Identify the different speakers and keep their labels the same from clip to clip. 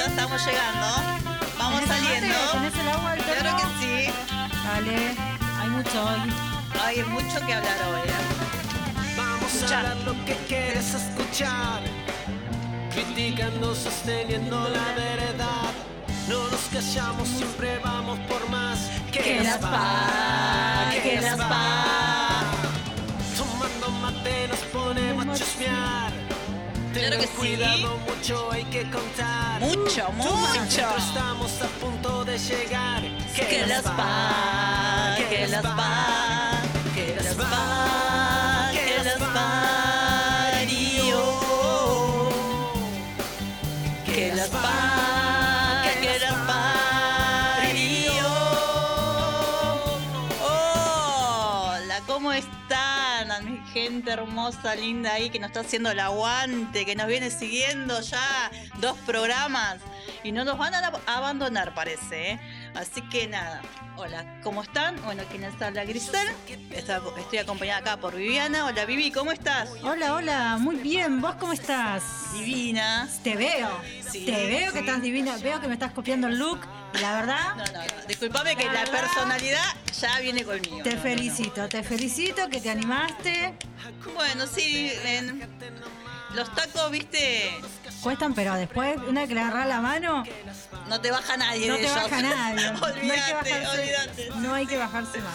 Speaker 1: ¿eh? vamos llegando, vamos
Speaker 2: ¿Tenés el
Speaker 1: saliendo.
Speaker 2: mate? ¿Tenés el agua del
Speaker 1: Claro
Speaker 2: termo?
Speaker 1: que sí.
Speaker 2: Dale, hay mucho hoy.
Speaker 1: Hay mucho que hablar hoy. ¿eh?
Speaker 3: Vamos
Speaker 1: Escuchar.
Speaker 3: a hablar lo que quieres escuchar. Criticando, sosteniendo la verdad. No nos callamos, siempre vamos por más.
Speaker 2: Que las va, que las va.
Speaker 3: Tomando mate nos ponemos a chusmear.
Speaker 1: Claro
Speaker 3: Tengan
Speaker 1: que sí.
Speaker 3: cuidado, mucho hay que contar.
Speaker 1: Mucho, mucho.
Speaker 3: Pero Estamos a punto de llegar.
Speaker 1: Que las va, que las va, que las va, que las parió. Que las va, que las parió. Hola, ¿cómo están? A mi gente hermosa, linda ahí que nos está haciendo el aguante, que nos viene siguiendo ya dos programas y no nos van a la- abandonar, parece. ¿eh? Así que nada, hola, ¿cómo están? Bueno, aquí les habla Grisel. Está- estoy acompañada acá por Viviana. Hola, Vivi, ¿cómo estás?
Speaker 2: Hola, hola, muy bien. ¿Vos cómo estás?
Speaker 1: Divina.
Speaker 2: Te veo.
Speaker 1: Sí,
Speaker 2: Te veo que
Speaker 1: sí.
Speaker 2: estás divina. Veo que me estás copiando el look. La
Speaker 1: No,
Speaker 2: verdad,
Speaker 1: no, no, disculpame que la personalidad ya viene conmigo. No,
Speaker 2: te
Speaker 1: no, no.
Speaker 2: felicito. Te felicito que te animaste.
Speaker 1: Bueno, sí, en- los tacos, viste,
Speaker 2: Cuestan, pero después, una que le agarrás la mano,
Speaker 1: No te baja nadie
Speaker 2: no
Speaker 1: de
Speaker 2: te
Speaker 1: ellos.
Speaker 2: baja nadie. No hay que
Speaker 1: olvídate,
Speaker 2: bajarse-
Speaker 1: olvídate.
Speaker 2: No hay que bajarse más.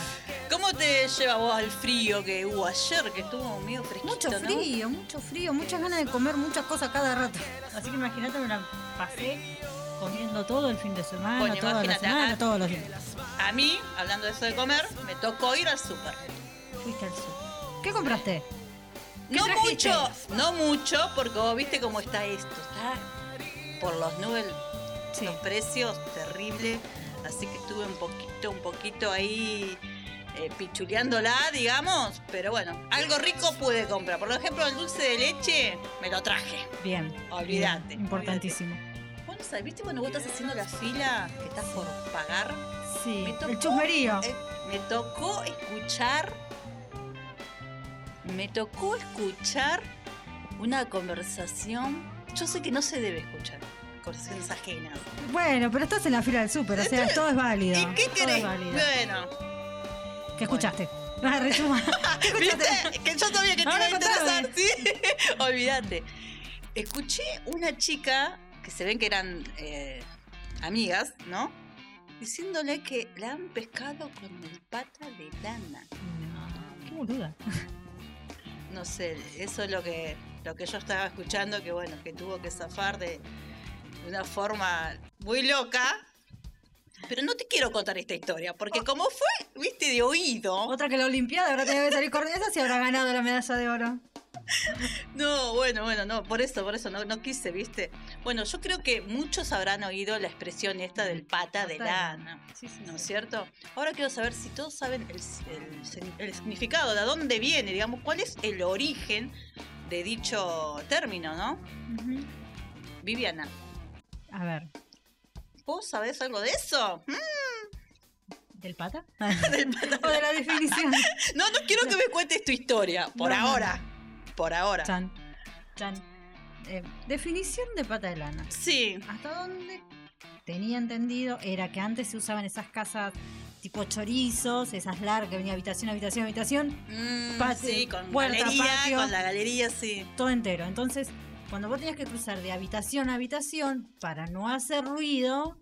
Speaker 1: ¿Cómo te lleva vos al frío que hubo ayer, que estuvo medio fresquito,
Speaker 2: Mucho
Speaker 1: ¿no?
Speaker 2: frío, mucho frío, muchas ganas de comer muchas cosas cada rato. Así que imagínate, me la pasé comiendo todo el fin de semana,
Speaker 1: Bueno,
Speaker 2: toda la
Speaker 1: imagínate,
Speaker 2: semana,
Speaker 1: acá-
Speaker 2: todos los días.
Speaker 1: A mí, hablando de eso de comer, me tocó ir al súper.
Speaker 2: Fuiste al sur. ¿Qué compraste? ¿Qué
Speaker 1: No
Speaker 2: trajiste?
Speaker 1: mucho, no mucho, porque vos viste cómo está esto, está por los nubes,
Speaker 2: Sí.
Speaker 1: los precios terribles, así que estuve un poquito, un poquito ahí eh, pichuleándola, digamos, pero bueno, algo rico pude comprar. Por ejemplo, el dulce de leche me lo traje.
Speaker 2: Bien.
Speaker 1: Olvídate,
Speaker 2: Bien, Importantísimo.
Speaker 1: Vos no sabés, ¿viste cuando vos estás haciendo la fila que estás por pagar?
Speaker 2: Sí.
Speaker 1: Me tocó-
Speaker 2: El chusmerío.
Speaker 1: Eh, me tocó escuchar. Me tocó escuchar una conversación. Yo sé que no se debe escuchar conversaciones ajenas.
Speaker 2: Bueno, pero estás en la fila del súper, o sea, todo es válido.
Speaker 1: ¿Y qué
Speaker 2: todo es
Speaker 1: querés?
Speaker 2: válido.
Speaker 1: Bueno,
Speaker 2: ¿Qué escuchaste? Ah, resuma. ¿Qué escuchaste?
Speaker 1: ¿viste? Que yo sabía que te iba
Speaker 2: Ahora
Speaker 1: a interesar,
Speaker 2: contame.
Speaker 1: sí. Olvídate. Escuché una chica que se ven que eran eh, amigas, ¿no? Diciéndole que la han pescado con el pata de lana.
Speaker 2: Qué boluda.
Speaker 1: no sé, eso es lo que, lo que yo estaba escuchando, que bueno, que tuvo que zafar de, de una forma muy loca. Pero no te quiero contar esta historia, porque como fue, viste, de oído.
Speaker 2: Otra que la Olimpiada, ahora tenía que salir corriendo si habrá ganado la medalla de oro.
Speaker 1: No, bueno, bueno, no, por eso, por eso, no, no quise, viste. Bueno, yo creo que muchos habrán oído la expresión esta del pata de lana,
Speaker 2: Sí, sí.
Speaker 1: ¿no es cierto? Ahora quiero saber si todos saben el, el sin- el significado, de dónde viene, digamos, cuál es el origen de dicho término, ¿no?
Speaker 2: Ujú.
Speaker 1: Viviana.
Speaker 2: A ver,
Speaker 1: ¿Vos sabés algo de eso? ¿Mm?
Speaker 2: ¿del pata? o de la definición.
Speaker 1: No, no quiero que me cuentes tu historia. Por
Speaker 2: No, no,
Speaker 1: ahora. Por ahora.
Speaker 2: Chan. Chan. Eh, definición de pata de lana.
Speaker 1: Sí.
Speaker 2: Hasta donde tenía entendido era que antes se usaban esas casas tipo chorizos, esas largas que venía habitación, habitación, habitación,
Speaker 1: Mm,
Speaker 2: Patio,
Speaker 1: sí, con
Speaker 2: puerta,
Speaker 1: galería,
Speaker 2: patio.
Speaker 1: con la galería, sí.
Speaker 2: todo entero. Entonces, cuando vos tenías que cruzar de habitación a habitación para no hacer ruido,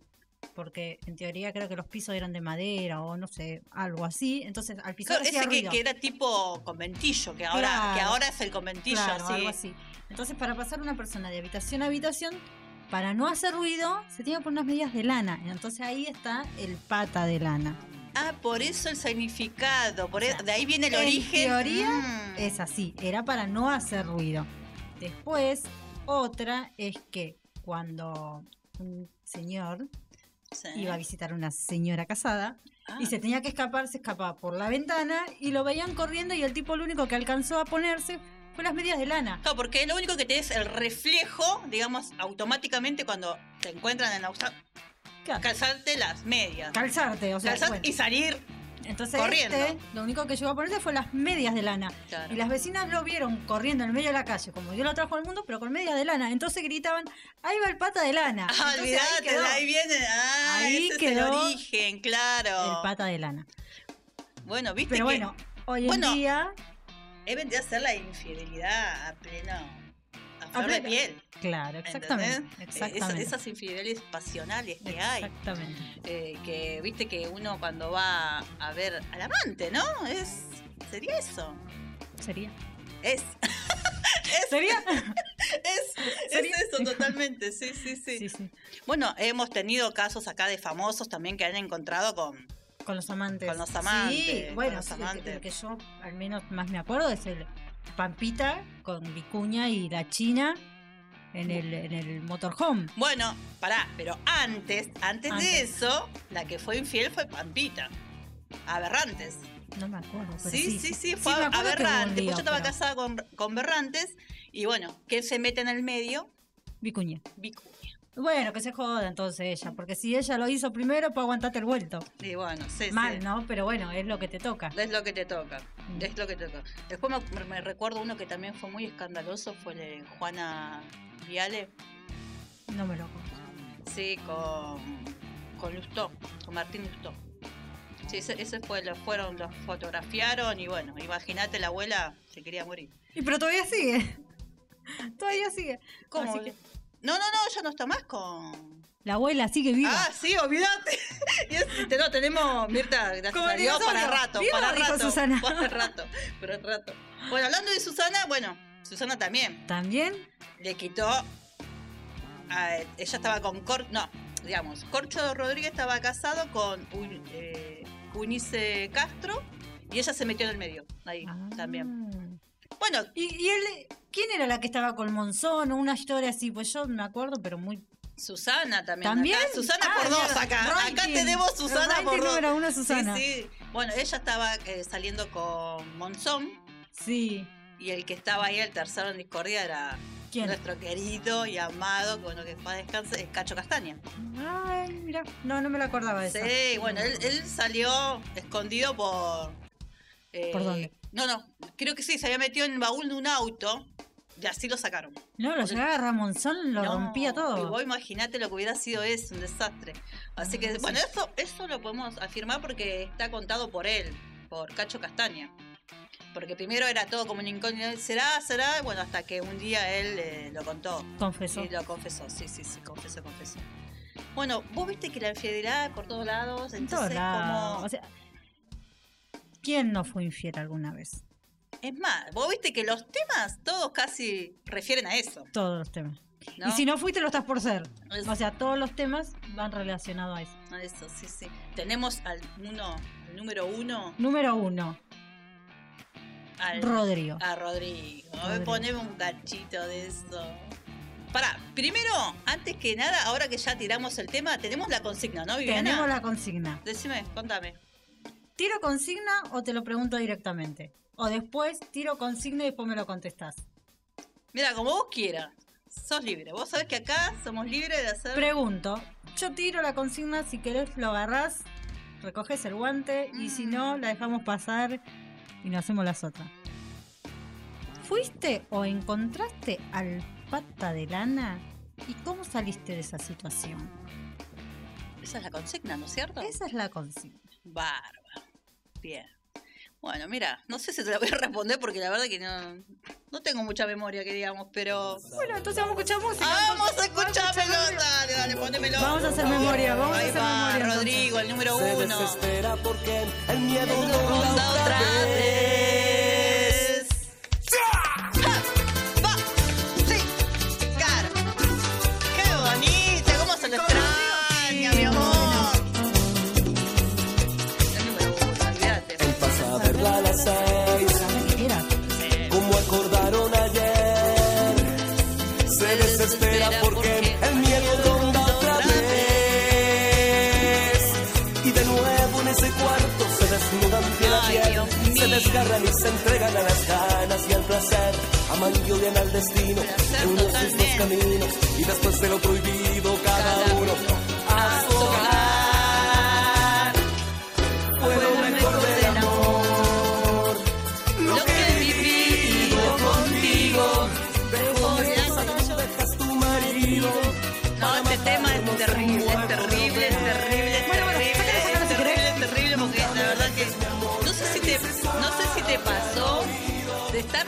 Speaker 2: porque en teoría creo que los pisos eran de madera o no sé, algo así, entonces al piso
Speaker 1: Claro,
Speaker 2: hacía
Speaker 1: ese que,
Speaker 2: ruido.
Speaker 1: que era tipo conventillo, que ahora,
Speaker 2: Claro.
Speaker 1: que ahora es el conventillo,
Speaker 2: Claro,
Speaker 1: sí.
Speaker 2: algo así. Entonces, para pasar una persona de habitación a habitación, para no hacer ruido, se tiene que poner unas medidas de lana. Entonces ahí está el pata de lana.
Speaker 1: Ah, por eso el significado, por eso,
Speaker 2: sea,
Speaker 1: de ahí viene el
Speaker 2: en
Speaker 1: origen.
Speaker 2: teoría,
Speaker 1: Mm.
Speaker 2: Es así, era para no hacer ruido. Después, otra es que cuando un señor
Speaker 1: Sí.
Speaker 2: iba a visitar a una señora casada
Speaker 1: Ah,
Speaker 2: y se tenía que escapar, se escapaba por la ventana y lo veían corriendo y el tipo lo único que alcanzó a ponerse fue las medidas de lana.
Speaker 1: claro, porque lo único que te es el reflejo, digamos, automáticamente cuando te encuentran en la
Speaker 2: Claro,
Speaker 1: calzarte las medias.
Speaker 2: Calzarte, o sea,
Speaker 1: Calzar
Speaker 2: bueno,
Speaker 1: y salir
Speaker 2: Entonces
Speaker 1: Corriendo.
Speaker 2: este, lo único que llegó a ponerse fue las medias de lana.
Speaker 1: Claro.
Speaker 2: Y las vecinas lo vieron corriendo en el medio de la calle, como Dios lo trajo al mundo, pero con medias de lana. Entonces gritaban, ahí va el pata de lana.
Speaker 1: Ah,
Speaker 2: Entonces, ahí
Speaker 1: olvidate,
Speaker 2: quedó
Speaker 1: ahí, viene. Ah,
Speaker 2: Ahí
Speaker 1: ese es el
Speaker 2: quedó
Speaker 1: origen, claro.
Speaker 2: el pata de lana.
Speaker 1: Bueno, viste
Speaker 2: Pero
Speaker 1: que
Speaker 2: bueno, hoy en
Speaker 1: Bueno,
Speaker 2: día,
Speaker 1: he venido a hacer la infidelidad a pleno. A flor de
Speaker 2: pleno.
Speaker 1: piel.
Speaker 2: claro,
Speaker 1: ¿entendés?
Speaker 2: exactamente.
Speaker 1: Eh,
Speaker 2: Exactamente.
Speaker 1: Esas, esas infidelidades pasionales que hay.
Speaker 2: exactamente.
Speaker 1: eh, que viste que uno cuando va a ver al amante, ¿no? Es sería eso.
Speaker 2: Sería.
Speaker 1: Es
Speaker 2: Sería.
Speaker 1: es,
Speaker 2: ¿Sería?
Speaker 1: es eso totalmente. Sí, sí, sí,
Speaker 2: Sí, sí.
Speaker 1: Bueno, hemos tenido casos acá de famosos también que han encontrado con
Speaker 2: Con los amantes.
Speaker 1: Con los amantes,
Speaker 2: Sí,
Speaker 1: con
Speaker 2: bueno,
Speaker 1: los
Speaker 2: sí, el que-
Speaker 1: amantes.
Speaker 2: el que yo al menos más me acuerdo es el Pampita con Vicuña y la China en el, en el motorhome.
Speaker 1: Bueno, pará, pero antes, antes, de
Speaker 2: Antes.
Speaker 1: eso, la que fue infiel fue Pampita. Aberrantes.
Speaker 2: No me acuerdo. Oh, Pero
Speaker 1: Sí, sí, sí, fue
Speaker 2: me acuerdo que hubo un
Speaker 1: Aberrantes. Pues
Speaker 2: lío,
Speaker 1: yo estaba
Speaker 2: pero-
Speaker 1: casada con, con Berrantes y bueno, ¿qué se mete en el medio?
Speaker 2: Vicuña.
Speaker 1: Vicuña.
Speaker 2: Bueno, que se joda entonces ella, porque si ella lo hizo primero, pues aguantate el vuelto.
Speaker 1: Y bueno, sí, sí.
Speaker 2: Mal, ¿no? Pero bueno, es lo que te toca.
Speaker 1: Es lo que te toca,
Speaker 2: Mm.
Speaker 1: es lo que te toca. Después me- me recuerdo uno que también fue muy escandaloso, fue el de Juana Viale,
Speaker 2: No me lo acuerdo.
Speaker 1: sí, con, con Lustó, con Martín Lustó. Sí, ese, ese fue, lo fueron, los fotografiaron y bueno, imagínate, la abuela se quería morir.
Speaker 2: Y pero todavía sigue. todavía sigue.
Speaker 1: ¿Cómo?
Speaker 2: Así que-
Speaker 1: No, no, no, ya no está más con...
Speaker 2: La abuela sigue viva.
Speaker 1: Ah, sí, olvídate. Y es- te- no, tenemos, Mirta, gracias
Speaker 2: Como
Speaker 1: a Dios, para
Speaker 2: dinosaurio.
Speaker 1: rato,
Speaker 2: Viva,
Speaker 1: para
Speaker 2: dijo
Speaker 1: rato,
Speaker 2: Susana.
Speaker 1: para rato, para rato. Bueno, hablando de Susana, bueno, Susana también.
Speaker 2: También
Speaker 1: le quitó. a- ella estaba con Corcho. No, digamos, Corcho Rodríguez estaba casado con Un- eh, Unice Castro y ella se metió en el medio. Ahí
Speaker 2: Ah.
Speaker 1: también. Bueno,
Speaker 2: ¿Y, y él, quién era la que estaba con Monzón o una historia así? Pues yo no me acuerdo, pero muy.
Speaker 1: Susana también.
Speaker 2: ¿También?
Speaker 1: acá. Susana
Speaker 2: Ah,
Speaker 1: por dos
Speaker 2: mierda.
Speaker 1: acá.
Speaker 2: Ranking.
Speaker 1: Acá tenemos Susana
Speaker 2: El
Speaker 1: por
Speaker 2: ranking
Speaker 1: dos.
Speaker 2: número uno, Susana. Sí,
Speaker 1: Sí, sí. Bueno, ella estaba eh, saliendo con Monzón y el que estaba ahí, el tercero en discordia, era
Speaker 2: ¿Quién?
Speaker 1: nuestro querido y amado, bueno, que para descanse, es Cacho Castaña.
Speaker 2: Ay, mira. No, no me la acordaba de eso.
Speaker 1: Sí, bueno, él, él salió escondido por. eh,
Speaker 2: ¿Por dónde?
Speaker 1: No, no, creo que sí, se había metido en el baúl de un auto y así lo sacaron.
Speaker 2: No, lo llegaba Ramonzón, lo
Speaker 1: No,
Speaker 2: rompía
Speaker 1: Y
Speaker 2: todo.
Speaker 1: vos imaginate lo que hubiera sido eso, un desastre. Así
Speaker 2: Ah,
Speaker 1: que,
Speaker 2: sí.
Speaker 1: bueno, eso, eso lo podemos afirmar porque está contado por él, por Cacho Castaña. Porque primero era todo como un incógnito, será, será, Y bueno, hasta que un día él eh, lo contó.
Speaker 2: Confesó.
Speaker 1: Sí, lo confesó, sí, sí, sí, confesó, confesó. Bueno, vos viste que la infidelidad por todos lados,
Speaker 2: En todos
Speaker 1: entonces
Speaker 2: lados.
Speaker 1: como...
Speaker 2: O sea, ¿quién no fue infiel alguna vez?
Speaker 1: Es más, vos viste que los temas todos casi refieren a eso,
Speaker 2: Todos los temas.
Speaker 1: ¿no?
Speaker 2: Y si no fuiste, lo estás por ser.
Speaker 1: Es-
Speaker 2: O sea, todos los temas van relacionados a eso.
Speaker 1: a eso, sí, sí. Tenemos al uno, al número uno,
Speaker 2: Número uno,
Speaker 1: al,
Speaker 2: Rodrigo.
Speaker 1: a Rodrigo. A ver,
Speaker 2: Rodrigo.
Speaker 1: poneme un cachito de eso. Pará, primero, antes que nada, ahora que ya tiramos el tema, tenemos la consigna, ¿no, Viviana?
Speaker 2: Tenemos la consigna.
Speaker 1: Decime, contame.
Speaker 2: ¿Tiro consigna o te lo pregunto directamente? O después tiro consigna y después me lo contestás.
Speaker 1: Mira, como vos quieras. Sos libre. Vos sabés que acá somos libres de hacer.
Speaker 2: Pregunto. Yo tiro la consigna, si querés lo agarrás, recoges el guante y si no,
Speaker 1: Mm.
Speaker 2: la dejamos pasar y nos hacemos las otras. ¿Fuiste o encontraste al pata de lana? ¿Y cómo saliste de esa situación?
Speaker 1: Esa es la consigna, ¿no es cierto?
Speaker 2: Esa es la consigna.
Speaker 1: Bárbaro. Bien. Bueno, mira, no sé si te la voy a responder porque la verdad que no, no tengo mucha memoria, que digamos, pero.
Speaker 2: Bueno, entonces vamos a escuchar música.
Speaker 1: Ah, vamos a escuchármelo. Dale, dale, ponémelo.
Speaker 2: Vamos a hacer memoria, vamos a
Speaker 1: Ahí
Speaker 2: hacer
Speaker 1: va,
Speaker 2: memoria,
Speaker 1: Rodrigo, el número
Speaker 3: Se
Speaker 1: uno.
Speaker 3: desespera porque el miedo
Speaker 1: Ronda
Speaker 3: ronda
Speaker 1: otra vez. Ja, va, sí, car. Qué bonita, cómo se lo extraña, mi amor. El número uno, olvídate.
Speaker 3: Pasa a verla a las seis,
Speaker 2: Dame que quieras.
Speaker 1: Sí.
Speaker 3: como acordaron ayer. Se desespera porque el miedo ronda otra vez. Y de nuevo en ese cuarto se desnudan piel a
Speaker 1: Ay,
Speaker 3: piel.
Speaker 1: Dios
Speaker 3: Se
Speaker 1: mío.
Speaker 3: desgarran y se entregan a las ganas y al placer. Aman y odian al destino.
Speaker 1: Placer
Speaker 3: Unos sus dos
Speaker 1: totalmente.
Speaker 3: caminos. Y después de lo prohibido, cada uno a su hogar. Fue lo mejor
Speaker 1: este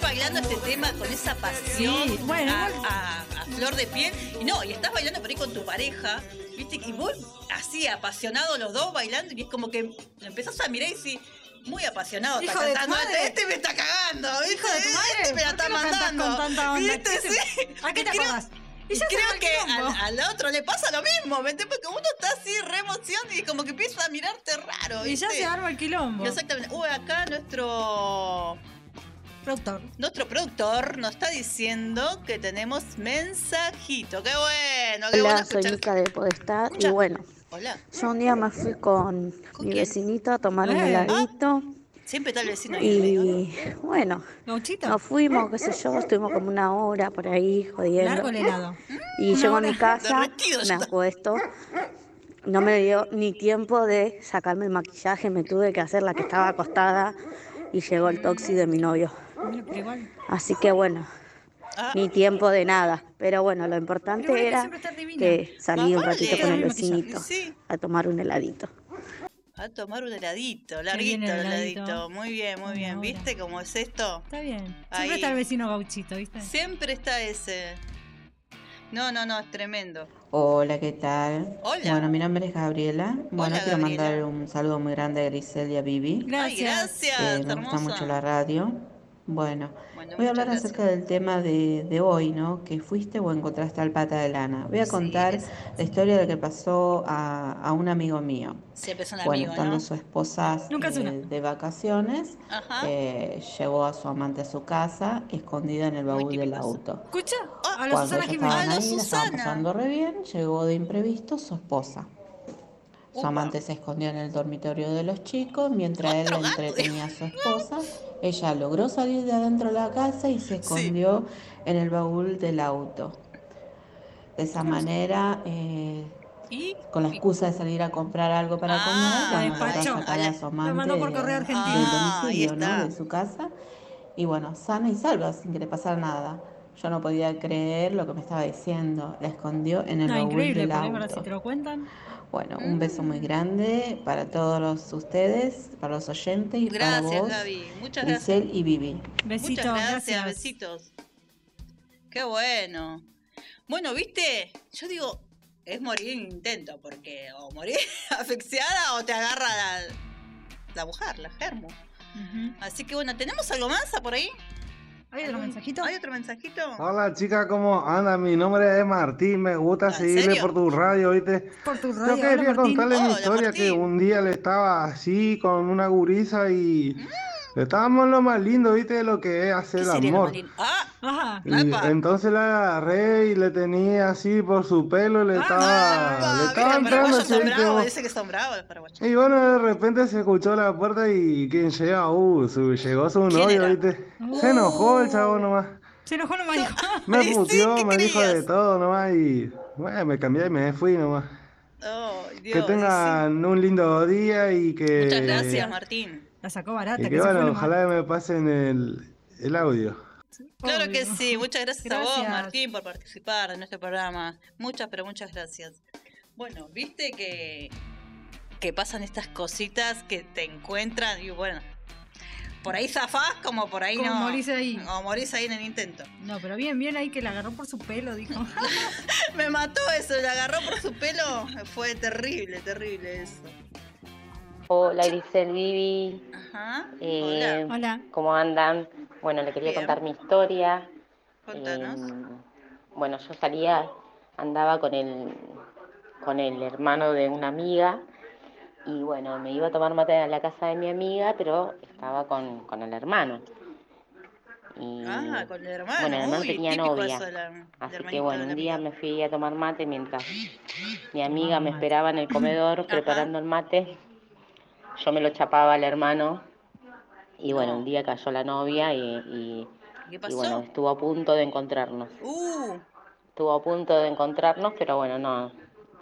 Speaker 1: bailando este tema con esa pasión
Speaker 2: Sí, bueno,
Speaker 1: a,
Speaker 2: igual-
Speaker 1: a- a flor de piel. Y no, y estás bailando por ahí con tu pareja, ¿viste? Y vos así, apasionados los dos bailando, y es como que lo empezás a mirar y decís, muy apasionado,
Speaker 2: Hijo
Speaker 1: está
Speaker 2: de tu
Speaker 1: cantando.
Speaker 2: madre.
Speaker 1: Este me está cagando, hijo
Speaker 2: de tu madre,
Speaker 1: Este me la
Speaker 2: ¿por qué
Speaker 1: está
Speaker 2: lo cantás
Speaker 1: mandando.
Speaker 2: con tanta onda?
Speaker 1: ¿Viste?
Speaker 2: ¿Qué te-
Speaker 1: Sí.
Speaker 2: ¿A qué
Speaker 1: Y
Speaker 2: te
Speaker 1: creo-
Speaker 2: acordás?
Speaker 1: y
Speaker 2: ya se va
Speaker 1: creo
Speaker 2: el
Speaker 1: que
Speaker 2: quilombo.
Speaker 1: al, al otro le pasa lo mismo, ¿me entendés? Porque uno está así re emoción y como que empieza a mirarte raro.
Speaker 2: Y ya
Speaker 1: ¿viste?
Speaker 2: se arma el quilombo.
Speaker 1: Exactamente. Uy, acá nuestro
Speaker 2: Productor.
Speaker 1: nuestro productor nos está diciendo que tenemos mensajito. Qué bueno, qué bueno
Speaker 4: Hola, soy
Speaker 1: escuchar.
Speaker 4: Mica de Podestad y
Speaker 1: Escucha.
Speaker 4: bueno,
Speaker 1: Hola.
Speaker 4: yo un día me fui con
Speaker 1: ¿Con
Speaker 4: mi
Speaker 1: quién?
Speaker 4: vecinito a tomar un
Speaker 2: Eh.
Speaker 4: heladito
Speaker 1: Siempre está el vecino ahí en el medio, ¿no?
Speaker 4: y bueno,
Speaker 2: Gauchito.
Speaker 4: nos fuimos, qué sé yo, estuvimos como una hora por ahí jodiendo
Speaker 2: Largo el helado.
Speaker 4: y
Speaker 2: Una
Speaker 4: llego a
Speaker 2: hora.
Speaker 4: mi casa,
Speaker 1: Derretido
Speaker 4: me
Speaker 1: ya está.
Speaker 4: acuesto, no me dio ni tiempo de sacarme el maquillaje, me tuve que hacer la que estaba acostada y llegó el toxi de mi novio.
Speaker 2: Bueno, pero igual.
Speaker 4: Así que bueno,
Speaker 1: Ah,
Speaker 4: ni tiempo de nada, pero bueno, lo
Speaker 2: Pero
Speaker 4: importante
Speaker 2: bueno, que
Speaker 4: era
Speaker 2: siempre está divina.
Speaker 4: que salí un
Speaker 1: Vale.
Speaker 4: ratito con el
Speaker 2: Queda bien
Speaker 4: vecinito
Speaker 1: Sí.
Speaker 4: a tomar un heladito.
Speaker 1: a tomar un heladito,
Speaker 2: bien
Speaker 1: larguito
Speaker 2: el
Speaker 1: el
Speaker 2: heladito.
Speaker 1: heladito. Muy bien, muy
Speaker 2: Una
Speaker 1: bien.
Speaker 2: hora.
Speaker 1: ¿Viste cómo es esto?
Speaker 2: Está bien. Siempre
Speaker 1: Ahí.
Speaker 2: está el vecino gauchito, ¿viste?
Speaker 1: Siempre está ese. No, no, no, es tremendo.
Speaker 5: Hola, ¿qué tal?
Speaker 1: Hola.
Speaker 5: Bueno, mi nombre es Gabriela. Bueno,
Speaker 1: Hola,
Speaker 5: quiero
Speaker 1: Gabriela.
Speaker 5: mandar un saludo muy grande a Grisel y a Vivi.
Speaker 1: Ay,
Speaker 2: Gracias.
Speaker 1: gracias,
Speaker 5: Eh, me gusta
Speaker 1: hermosa.
Speaker 5: mucho la radio. Bueno,
Speaker 1: Bueno,
Speaker 5: voy a
Speaker 1: muchas
Speaker 5: hablar
Speaker 1: gracias.
Speaker 5: acerca del tema de, de hoy, ¿no? Que fuiste o encontraste al pata de lana. Voy a
Speaker 1: Sí,
Speaker 5: contar
Speaker 1: es-
Speaker 5: la historia de lo que pasó a, a un amigo mío.
Speaker 1: Siempre es un
Speaker 5: Bueno,
Speaker 1: amigo,
Speaker 5: estando
Speaker 1: ¿no?
Speaker 5: su esposa
Speaker 2: Nunca es
Speaker 5: eh,
Speaker 2: una.
Speaker 5: de vacaciones,
Speaker 1: Ajá.
Speaker 5: eh, llevó a su amante a su casa, escondida en el
Speaker 1: Muy
Speaker 5: baúl del
Speaker 1: típico eso.
Speaker 5: auto.
Speaker 2: Escucha,
Speaker 1: Ah,
Speaker 2: a la
Speaker 5: Cuando
Speaker 2: Susana
Speaker 5: ellos estaban
Speaker 2: Jiménez.
Speaker 1: Ah, la
Speaker 5: ahí, la estaban
Speaker 1: Susana.
Speaker 5: pasando re bien, llegó de imprevisto su esposa. Su
Speaker 1: Upa.
Speaker 5: amante se escondió en el dormitorio de los chicos mientras él
Speaker 1: Otro gato,
Speaker 5: entretenía a su esposa. Ella logró salir de adentro de la casa y se
Speaker 1: Sí.
Speaker 5: escondió en el baúl del auto. De esa manera, eh,
Speaker 1: Y
Speaker 5: con la excusa de salir a comprar algo para
Speaker 1: Ah,
Speaker 5: comer,
Speaker 2: la
Speaker 5: bueno,
Speaker 2: despachó.
Speaker 5: logró sacar a su amante
Speaker 2: Lo mandó por
Speaker 5: de-
Speaker 2: correo argentino.
Speaker 5: del
Speaker 1: Ah, ahí
Speaker 5: domicilio, ¿no?
Speaker 1: está.
Speaker 5: de su casa. Y bueno, sana y salva, sin que le pasara nada. Yo no podía creer lo que me estaba diciendo. La escondió en el
Speaker 2: No,
Speaker 5: baúl
Speaker 2: Ah, increíble, Mm.
Speaker 5: del
Speaker 2: por ahí ahora si
Speaker 5: auto.
Speaker 2: te lo cuentan.
Speaker 5: Bueno, un beso muy grande para todos los- ustedes, para los oyentes y para
Speaker 1: gracias,
Speaker 5: vos,
Speaker 1: Gaby. Muchas gracias.
Speaker 5: Grisel y Vivi.
Speaker 2: Besitos,
Speaker 1: Muchas gracias,
Speaker 2: gracias.
Speaker 1: besitos. Qué bueno. Bueno, viste, yo digo, es morir en intento, porque o morir asfixiada o te agarra la, la mujer, la germo.
Speaker 2: Ujú.
Speaker 1: Así que bueno, ¿tenemos algo más por ahí?
Speaker 2: ¿Hay otro mensajito?
Speaker 1: ¿Hay otro mensajito?
Speaker 6: Hola chica, ¿cómo anda? Mi nombre es Martín, me gusta
Speaker 1: ¿En
Speaker 6: seguirle
Speaker 1: serio?
Speaker 6: por tu radio, ¿viste?
Speaker 2: Por tu
Speaker 6: Yo
Speaker 2: radio.
Speaker 6: quería
Speaker 2: Hola, Martín.
Speaker 6: contarle mi
Speaker 1: Hola,
Speaker 6: historia que
Speaker 1: Martín.
Speaker 6: un día le estaba así con una gurisa y estábamos en lo más lindo, ¿viste? Lo que es hacer
Speaker 1: Mm. ¿Qué
Speaker 6: el
Speaker 1: sería lo
Speaker 6: amor.
Speaker 1: más lindo? Ah,
Speaker 2: Ajá.
Speaker 6: Y
Speaker 1: ¡Apa!
Speaker 6: entonces la agarré y le tenía así por su pelo, le estaba,
Speaker 1: ah,
Speaker 6: le estaba
Speaker 1: viste, los
Speaker 6: entrando
Speaker 1: paraguayos
Speaker 6: así,
Speaker 1: son
Speaker 6: ¿viste?
Speaker 1: bravos, dice que son bravos los paraguayos.
Speaker 6: Y bueno, de repente se escuchó la puerta y quien llega, uh, su- llegó su
Speaker 1: ¿Quién
Speaker 6: novio,
Speaker 1: era? Uh.
Speaker 6: ¿viste? Se enojó el chavo nomás.
Speaker 2: Se enojó nomás. dijo.
Speaker 6: Me
Speaker 1: Sí,
Speaker 6: puteó,
Speaker 1: ¿qué
Speaker 6: me dijo
Speaker 1: creías?
Speaker 6: de todo nomás y bueno, me cambié y me fui nomás.
Speaker 1: Oh, Dios,
Speaker 6: que eh, tengan un lindo día y
Speaker 1: sí.
Speaker 6: que...
Speaker 1: Muchas gracias, Martín.
Speaker 2: La sacó barata.
Speaker 6: Y
Speaker 2: que
Speaker 6: que
Speaker 2: se fue
Speaker 6: bueno,
Speaker 2: nomás.
Speaker 6: ojalá me pasen el, el audio.
Speaker 1: Claro que
Speaker 2: Obvio.
Speaker 1: sí, muchas gracias, a vos,
Speaker 2: Gracias.
Speaker 1: Martín, por participar en nuestro programa. Muchas, pero muchas gracias. Bueno, viste que, que pasan estas cositas que te encuentran y bueno, por ahí zafás como por ahí
Speaker 2: Como
Speaker 1: no.
Speaker 2: morís ahí.
Speaker 1: O morís ahí en el intento.
Speaker 2: No, pero bien, bien ahí que la agarró por su pelo, dijo.
Speaker 1: Me mató eso, le agarró por su pelo. Fue terrible, terrible eso.
Speaker 7: Hola Grisel Vivi,
Speaker 1: Ajá.
Speaker 7: Eh,
Speaker 1: Hola,
Speaker 2: Hola.
Speaker 7: ¿cómo andan? Bueno, le quería
Speaker 1: Bien.
Speaker 7: contar mi historia.
Speaker 1: contanos.
Speaker 7: Eh, bueno, yo salía, andaba con el, con el hermano de una amiga y bueno, me iba a tomar mate a la casa de mi amiga, pero estaba con, con el hermano. Y,
Speaker 1: Ah, con el hermano.
Speaker 7: bueno, el hermano
Speaker 1: Uy,
Speaker 7: tenía
Speaker 1: típico
Speaker 7: novia.
Speaker 1: eso de la- del
Speaker 7: Así que
Speaker 1: hermanito
Speaker 7: bueno,
Speaker 1: de la
Speaker 7: un día
Speaker 1: amiga.
Speaker 7: me fui a tomar mate mientras mi amiga
Speaker 2: Tomaba
Speaker 7: me
Speaker 2: mate.
Speaker 7: esperaba en el comedor preparando el mate. Yo me lo chapaba al hermano. Y bueno, un día cayó la novia y, y-
Speaker 1: ¿Qué
Speaker 7: y
Speaker 1: Ah. pasó?
Speaker 7: bueno, estuvo a punto de encontrarnos.
Speaker 1: Uh,
Speaker 7: Estuvo a punto de encontrarnos, pero bueno, no.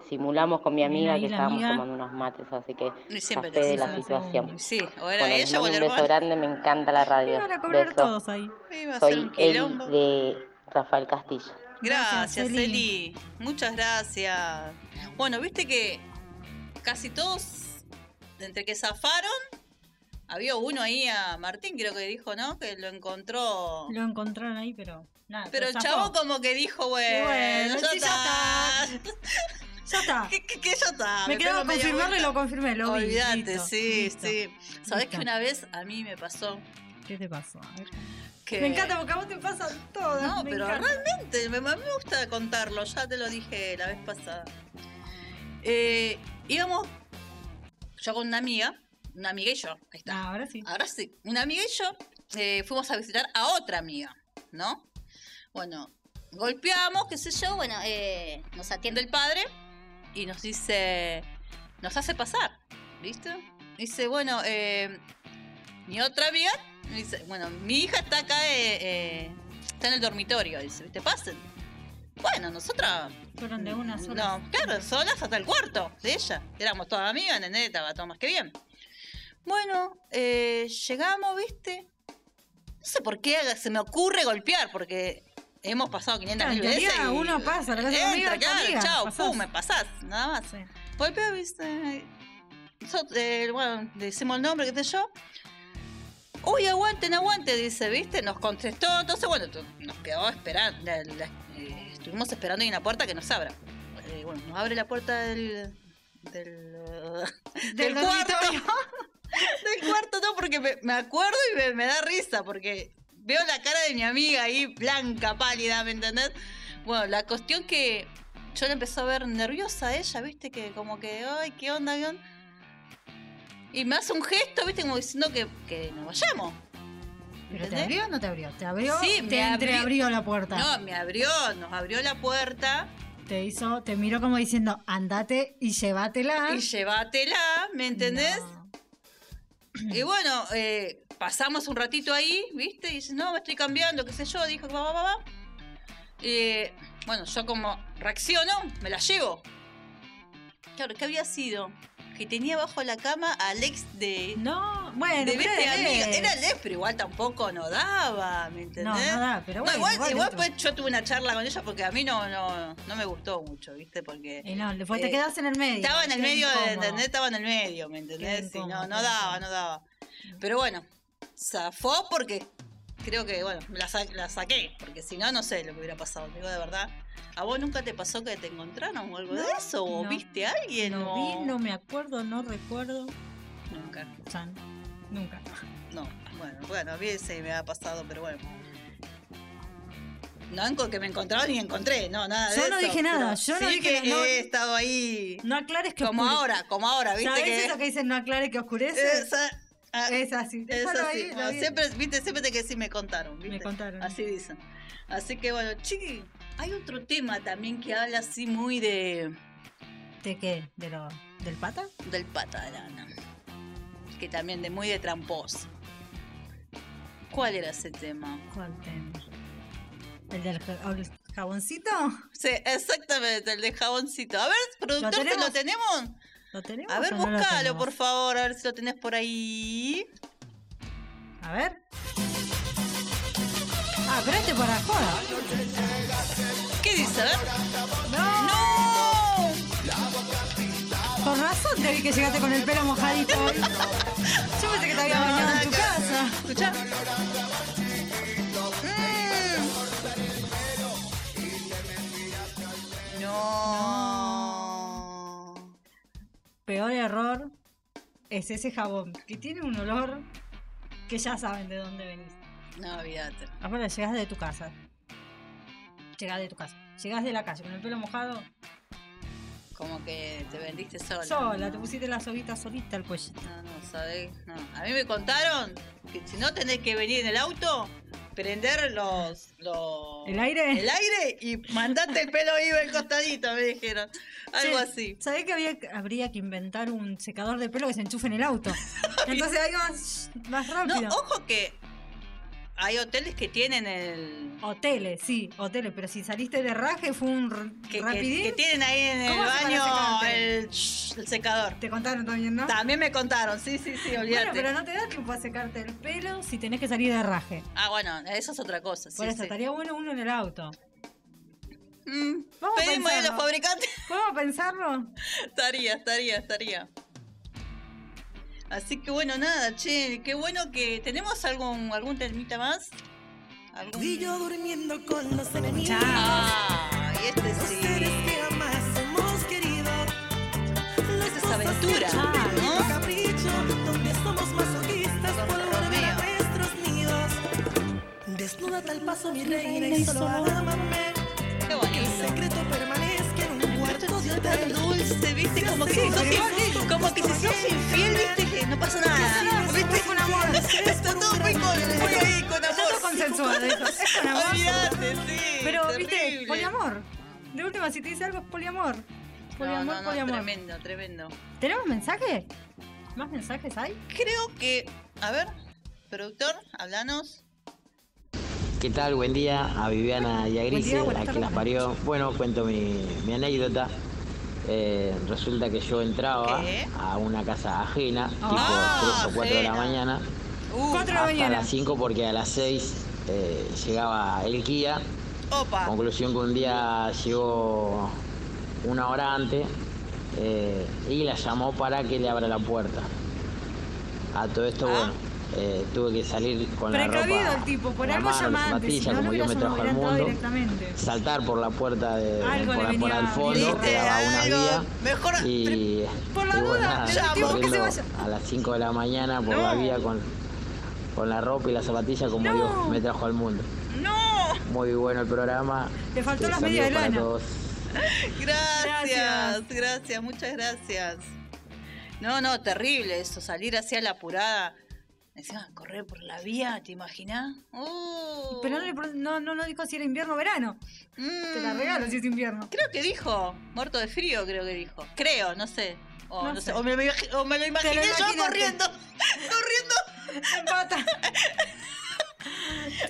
Speaker 7: Simulamos con mi amiga
Speaker 2: ahí
Speaker 7: que
Speaker 2: la
Speaker 7: estábamos
Speaker 2: amiga.
Speaker 7: tomando unos mates, así que
Speaker 1: Y siempre
Speaker 7: zafé
Speaker 1: te
Speaker 7: de la
Speaker 1: zafas,
Speaker 7: situación.
Speaker 1: sí, o era
Speaker 7: Bueno, les
Speaker 1: ella o el
Speaker 7: mando un beso
Speaker 1: hermano.
Speaker 7: grande, me encanta la radio.
Speaker 2: Iban a cobrar
Speaker 7: Beso.
Speaker 2: todos ahí.
Speaker 1: Iba a ser
Speaker 7: Soy
Speaker 1: un
Speaker 7: Eli
Speaker 1: quilombo.
Speaker 7: de Rafael Castillo.
Speaker 1: Gracias,
Speaker 2: Gracias, Eli.
Speaker 1: Eli. Muchas gracias. Bueno, viste que casi todos, entre que zafaron, Había uno ahí a Martín, creo que dijo, ¿no? Que lo encontró.
Speaker 2: Lo encontraron ahí, pero nada.
Speaker 1: Pero el
Speaker 2: zafó.
Speaker 1: chavo como que dijo,
Speaker 2: Y
Speaker 1: bueno,
Speaker 2: bueno,
Speaker 1: Eh, ya
Speaker 2: sí, ya
Speaker 1: está.
Speaker 2: Ya está.
Speaker 1: ¿Qué, qué, qué ya está?
Speaker 2: Me quedaba
Speaker 1: pego media
Speaker 2: confirmarlo y
Speaker 1: vuelta.
Speaker 2: lo confirmé, lo vi.
Speaker 1: Olvídate,
Speaker 2: listo,
Speaker 1: sí,
Speaker 2: listo.
Speaker 1: sí. Sabés
Speaker 2: Listo.
Speaker 1: que una vez a mí me pasó
Speaker 2: ¿Qué te pasó? A ver.
Speaker 1: que.
Speaker 2: Me encanta porque a vos te pasan todas.
Speaker 1: No,
Speaker 2: me
Speaker 1: pero
Speaker 2: encanta.
Speaker 1: realmente me, a mí me gusta contarlo, ya te lo dije la vez pasada. Eh, íbamos, yo con una amiga, una amiga y yo, ahí está.
Speaker 2: Ah, ahora sí.
Speaker 1: Ahora sí, una amiga y yo eh, fuimos a visitar a otra amiga, ¿no? Bueno, golpeamos, qué sé yo, bueno, eh, nos atiende el padre y nos dice, nos hace pasar, ¿viste? Dice, bueno, eh, mi otra amiga, dice, bueno, mi hija está acá, eh, eh, está en el dormitorio, dice, ¿viste? Pasen. Bueno, nosotras
Speaker 2: Fueron de una sola.
Speaker 1: no, claro, solas hasta el cuarto de ella. Éramos todas amigas, ¿entendés? Estaba todo más que bien. Bueno, eh, llegamos, ¿viste? No sé por qué se me ocurre golpear, porque hemos pasado 500
Speaker 2: Claro,
Speaker 1: mil
Speaker 2: en teoría
Speaker 1: veces. y-
Speaker 2: uno pasa, la casa de amiga,
Speaker 1: Entra, claro,
Speaker 2: amiga,
Speaker 1: chao,
Speaker 2: pasás.
Speaker 1: pum, me pasás, nada más.
Speaker 2: Sí.
Speaker 1: Golpeo, ¿viste? Pues, este, So- eh, bueno, le decimos el nombre, qué sé yo. Uy, aguanten, aguanten, dice, ¿viste? Nos contestó, entonces, bueno, tu- nos quedó esperando, la- la- eh, estuvimos esperando ahí en la puerta que nos abra. Eh, bueno, nos abre la puerta del... del...
Speaker 2: Del
Speaker 1: cuarto.
Speaker 2: dormitorio.
Speaker 1: del cuarto, no, porque me, me acuerdo y me, me da risa, porque veo la cara de mi amiga ahí, blanca, pálida, ¿me entendés? Bueno, la cuestión que yo la empecé a ver nerviosa a ella, ¿viste? Que como que, ay, ¿qué onda, qué onda? Y me hace un gesto, ¿viste? Como diciendo que, que nos vayamos.
Speaker 2: ¿Pero te
Speaker 1: ¿Entendés?
Speaker 2: abrió o no te abrió? Te abrió,
Speaker 1: Sí,
Speaker 2: te
Speaker 1: me abrió.
Speaker 2: entreabrió la puerta.
Speaker 1: No, me abrió, nos abrió la puerta
Speaker 2: Te hizo, te miró como diciendo, andate y llévatela.
Speaker 1: y llévatela, ¿me entendés?
Speaker 2: No.
Speaker 1: Y bueno, eh, pasamos un ratito ahí, ¿viste? Y dice, no, me estoy cambiando, qué sé yo, dijo que va, va, va, va. Eh, bueno, yo como reacciono, me la llevo. Claro, ¿qué había sido? Que tenía bajo la cama al ex de...
Speaker 2: No, bueno, pero
Speaker 1: de Vete
Speaker 2: de
Speaker 1: Amiga.
Speaker 2: ley.
Speaker 1: Era el ex, pero igual tampoco no daba,
Speaker 2: No,
Speaker 1: ¿me entendés?
Speaker 2: no da, pero
Speaker 1: No,
Speaker 2: bueno.
Speaker 1: igual, igual
Speaker 2: dentro.
Speaker 1: pues yo tuve una charla con ella porque a mí no, no, no me gustó mucho, ¿viste? Porque...
Speaker 2: Y no, después
Speaker 1: eh,
Speaker 2: te quedás en el medio.
Speaker 1: Estaba en el
Speaker 2: qué
Speaker 1: medio,
Speaker 2: incómodo.
Speaker 1: ¿entendés? Estaba en el medio, ¿me entendés? Sí,
Speaker 2: incómodo,
Speaker 1: no, no
Speaker 2: qué
Speaker 1: daba,
Speaker 2: incómodo. Mm.
Speaker 1: no daba. Pero bueno, zafó porque creo que, bueno, la, sa- la saqué, porque si no, no sé lo que hubiera pasado, te digo de verdad. ¿A vos nunca te pasó que te encontraron o algo de eso? ¿O
Speaker 2: no.
Speaker 1: viste a alguien?
Speaker 2: No
Speaker 1: o...
Speaker 2: vi, no me acuerdo, no recuerdo.
Speaker 1: Nunca,
Speaker 2: San, nunca.
Speaker 1: no. Bueno, bueno, a mí se me ha pasado, pero bueno. No enco- que me encontraron ni encontré, no, nada
Speaker 2: Yo
Speaker 1: de
Speaker 2: no
Speaker 1: eso,
Speaker 2: dije nada,
Speaker 1: pero
Speaker 2: yo no
Speaker 1: sí
Speaker 2: dije nada,
Speaker 1: que
Speaker 2: no-
Speaker 1: he estado ahí...
Speaker 2: No aclares que
Speaker 1: Como
Speaker 2: oscurece.
Speaker 1: ahora, como ahora, viste
Speaker 2: ¿Sabés
Speaker 1: que...
Speaker 2: eso que dicen no aclares que oscurece?
Speaker 1: Esa- ah,
Speaker 2: es así.
Speaker 1: Es
Speaker 2: déjalo
Speaker 1: así.
Speaker 2: ahí,
Speaker 1: Ah,
Speaker 2: lo vi.
Speaker 1: siempre, viste, siempre te que sí me contaron, ¿viste?
Speaker 2: Me contaron.
Speaker 1: Así dicen. Así que bueno, chiqui, hay otro tema también que habla así muy de
Speaker 2: ¿De qué? ¿De lo, ¿Del pata?
Speaker 1: del pata de lana. Que también de muy de tramposo. ¿Cuál era ese tema?
Speaker 2: ¿Cuál tema? ¿El del ja- el jaboncito?
Speaker 1: Sí, exactamente, el de jaboncito. A ver, productor, ¿te ¿lo
Speaker 2: tenemos?
Speaker 1: tenemos?
Speaker 2: ¿Lo tenemos?
Speaker 1: A ver,
Speaker 2: o no lo
Speaker 1: búscalo,
Speaker 2: tenemos?
Speaker 1: por favor, a ver si lo tenés por ahí.
Speaker 2: A ver. Ah, pero este para joda.
Speaker 1: ¿Qué dice? A ver.
Speaker 2: No,
Speaker 1: ¡No!
Speaker 2: con razón te vi que llegaste con el pelo mojadito hoy. Yo pensé que te había bañado en tu casa.
Speaker 1: Escucha. No.
Speaker 2: Peor error es ese jabón que tiene un olor que ya saben de dónde venís.
Speaker 1: No, olvídate.
Speaker 2: Aparte, llegás de tu casa. Llegás de tu casa. Llegás de la calle con el pelo mojado.
Speaker 1: Como que te vendiste sola.
Speaker 2: Sola,
Speaker 1: ¿no?
Speaker 2: te pusiste la soguita solita al cuello.
Speaker 1: No, no, sabés. No. A mí me contaron que si no tenés que venir en el auto, prender los. los...
Speaker 2: ¿El aire?
Speaker 1: el aire y mandate el pelo vivo al costadito, me dijeron. Algo así.
Speaker 2: ¿Sabés que había, habría que inventar un secador de pelo que se enchufe en el auto? Entonces ahí vas más
Speaker 1: No,
Speaker 2: rápido.
Speaker 1: ojo que hay hoteles que tienen el.
Speaker 2: Hoteles, sí, hoteles, pero si saliste de raje fue un r-
Speaker 1: que, que-
Speaker 2: rapidín.
Speaker 1: que tienen ahí en el
Speaker 2: ¿Cómo hace para
Speaker 1: baño
Speaker 2: secarte?
Speaker 1: el, shh, el secador.
Speaker 2: Te contaron también, ¿no?
Speaker 1: También me contaron, sí, sí, sí, olvídate.
Speaker 2: Bueno, pero no te da tiempo a secarte el pelo si tenés que salir de raje.
Speaker 1: Ah, bueno, eso es otra cosa. sí,
Speaker 2: Por eso
Speaker 1: sí.
Speaker 2: estaría bueno uno en el auto.
Speaker 1: Mm,
Speaker 2: Vamos a
Speaker 1: pedimos a los
Speaker 2: pensarlo.
Speaker 1: fabricantes.
Speaker 2: ¿Cómo pensarlo?
Speaker 1: estaría, estaría, estaría. Así que bueno, nada, che, qué bueno que. ¿Tenemos algún, algún temita más? ¿Algún...
Speaker 8: Y yo durmiendo con los enemigos.
Speaker 1: Ah, y este
Speaker 8: Los seres
Speaker 1: sí.
Speaker 8: que jamás hemos querido. Las
Speaker 1: Esa es
Speaker 8: cosas que
Speaker 1: aventura,
Speaker 8: chupan
Speaker 1: ¿no?
Speaker 8: nuestro capricho, donde somos masoquistas
Speaker 1: Don
Speaker 8: por volver a
Speaker 1: Romeo.
Speaker 8: nuestros nidos. Desnúdate al paso, mi reina, y solo ámame.
Speaker 1: Qué
Speaker 8: Que el
Speaker 1: bonito.
Speaker 8: secreto permanezca en un cuarto de
Speaker 1: Tan
Speaker 8: hotel.
Speaker 1: dulce, viste, como que si sos, infiel- como que si sos infiel, viste, que no pasa nada. Viste,
Speaker 8: Con amor.
Speaker 1: Está todo muy con, muy ahí, con
Speaker 2: Está todo
Speaker 1: amor.
Speaker 2: consensuado, dijo, es con amor.
Speaker 1: Oh, Olvídate, sí.
Speaker 2: Pero, viste,
Speaker 1: terrible.
Speaker 2: poliamor. De última, si te dice algo, es poliamor.
Speaker 1: No,
Speaker 2: Poliamor,
Speaker 1: no, no,
Speaker 2: poliamor.
Speaker 1: tremendo, tremendo.
Speaker 2: ¿Tenemos mensaje? ¿Más mensajes hay?
Speaker 1: Creo que, a ver, productor, hablanos.
Speaker 9: ¿Qué tal? Buen día a Viviana y a
Speaker 2: Buen día,
Speaker 9: Grise,
Speaker 2: buenas
Speaker 9: la que las
Speaker 2: tardes.
Speaker 9: parió. Bueno, cuento mi, mi anécdota. Eh, resulta que yo entraba
Speaker 1: ¿Qué?
Speaker 9: a una casa ajena, tipo 3
Speaker 1: Ah,
Speaker 9: o 4 de la
Speaker 1: ajena.
Speaker 9: mañana,
Speaker 1: Uh,
Speaker 2: Cuatro de la
Speaker 9: hasta
Speaker 2: mañana.
Speaker 9: las 5 porque a las 6 llegaba el Kia.
Speaker 2: Ah.
Speaker 1: opa.
Speaker 9: Conclusión que un día llegó una hora antes eh, y la llamó para que le abra la puerta. A todo esto,
Speaker 1: Ah.
Speaker 9: bueno, eh, tuve que salir con la
Speaker 2: Precavido
Speaker 9: ropa
Speaker 2: el tipo, por
Speaker 9: en la
Speaker 2: algo
Speaker 9: mano,
Speaker 2: llama
Speaker 9: las
Speaker 2: antes. Si
Speaker 9: zapatillas,
Speaker 2: no, no
Speaker 9: como
Speaker 2: hubiera
Speaker 9: Dios me
Speaker 2: llamado,
Speaker 9: trajo
Speaker 2: hubiera
Speaker 9: al
Speaker 2: entrado
Speaker 9: mundo
Speaker 2: directamente.
Speaker 9: saltar por la puerta de
Speaker 2: Algo
Speaker 9: por,
Speaker 2: le
Speaker 9: la- por
Speaker 2: venía
Speaker 9: al fondo
Speaker 1: ¿Viste?
Speaker 9: que daba una
Speaker 1: Algo.
Speaker 9: vía
Speaker 1: Mejor a-
Speaker 9: y
Speaker 2: Por la
Speaker 9: y
Speaker 2: duda,
Speaker 9: nada,
Speaker 1: ya,
Speaker 9: corriendo
Speaker 2: porque se vaya.
Speaker 9: a las 5 de la mañana por
Speaker 1: No.
Speaker 9: la vía con, con la ropa y la zapatilla como
Speaker 2: No.
Speaker 9: Dios me trajo al mundo
Speaker 1: No,
Speaker 9: muy bueno el programa
Speaker 2: Te faltó las
Speaker 9: saludo
Speaker 2: medias de
Speaker 9: Este, para
Speaker 2: lana.
Speaker 9: todos.
Speaker 1: gracias,
Speaker 2: Gracias.
Speaker 1: gracias, muchas gracias. No, no, terrible eso, salir así a la apurada. Encima, correr por la vía, ¿te imaginas? Uh.
Speaker 2: Pero no, le pro- no, no, no dijo si era invierno o verano.
Speaker 1: Mm.
Speaker 2: Te la regalo si es invierno.
Speaker 1: Creo que dijo, muerto de frío, creo que dijo. Creo, no sé. O,
Speaker 2: No
Speaker 1: no sé,
Speaker 2: sé.
Speaker 1: o me, lo imagi- o me lo imaginé yo
Speaker 2: imaginaste.
Speaker 1: corriendo, corriendo
Speaker 2: En pata.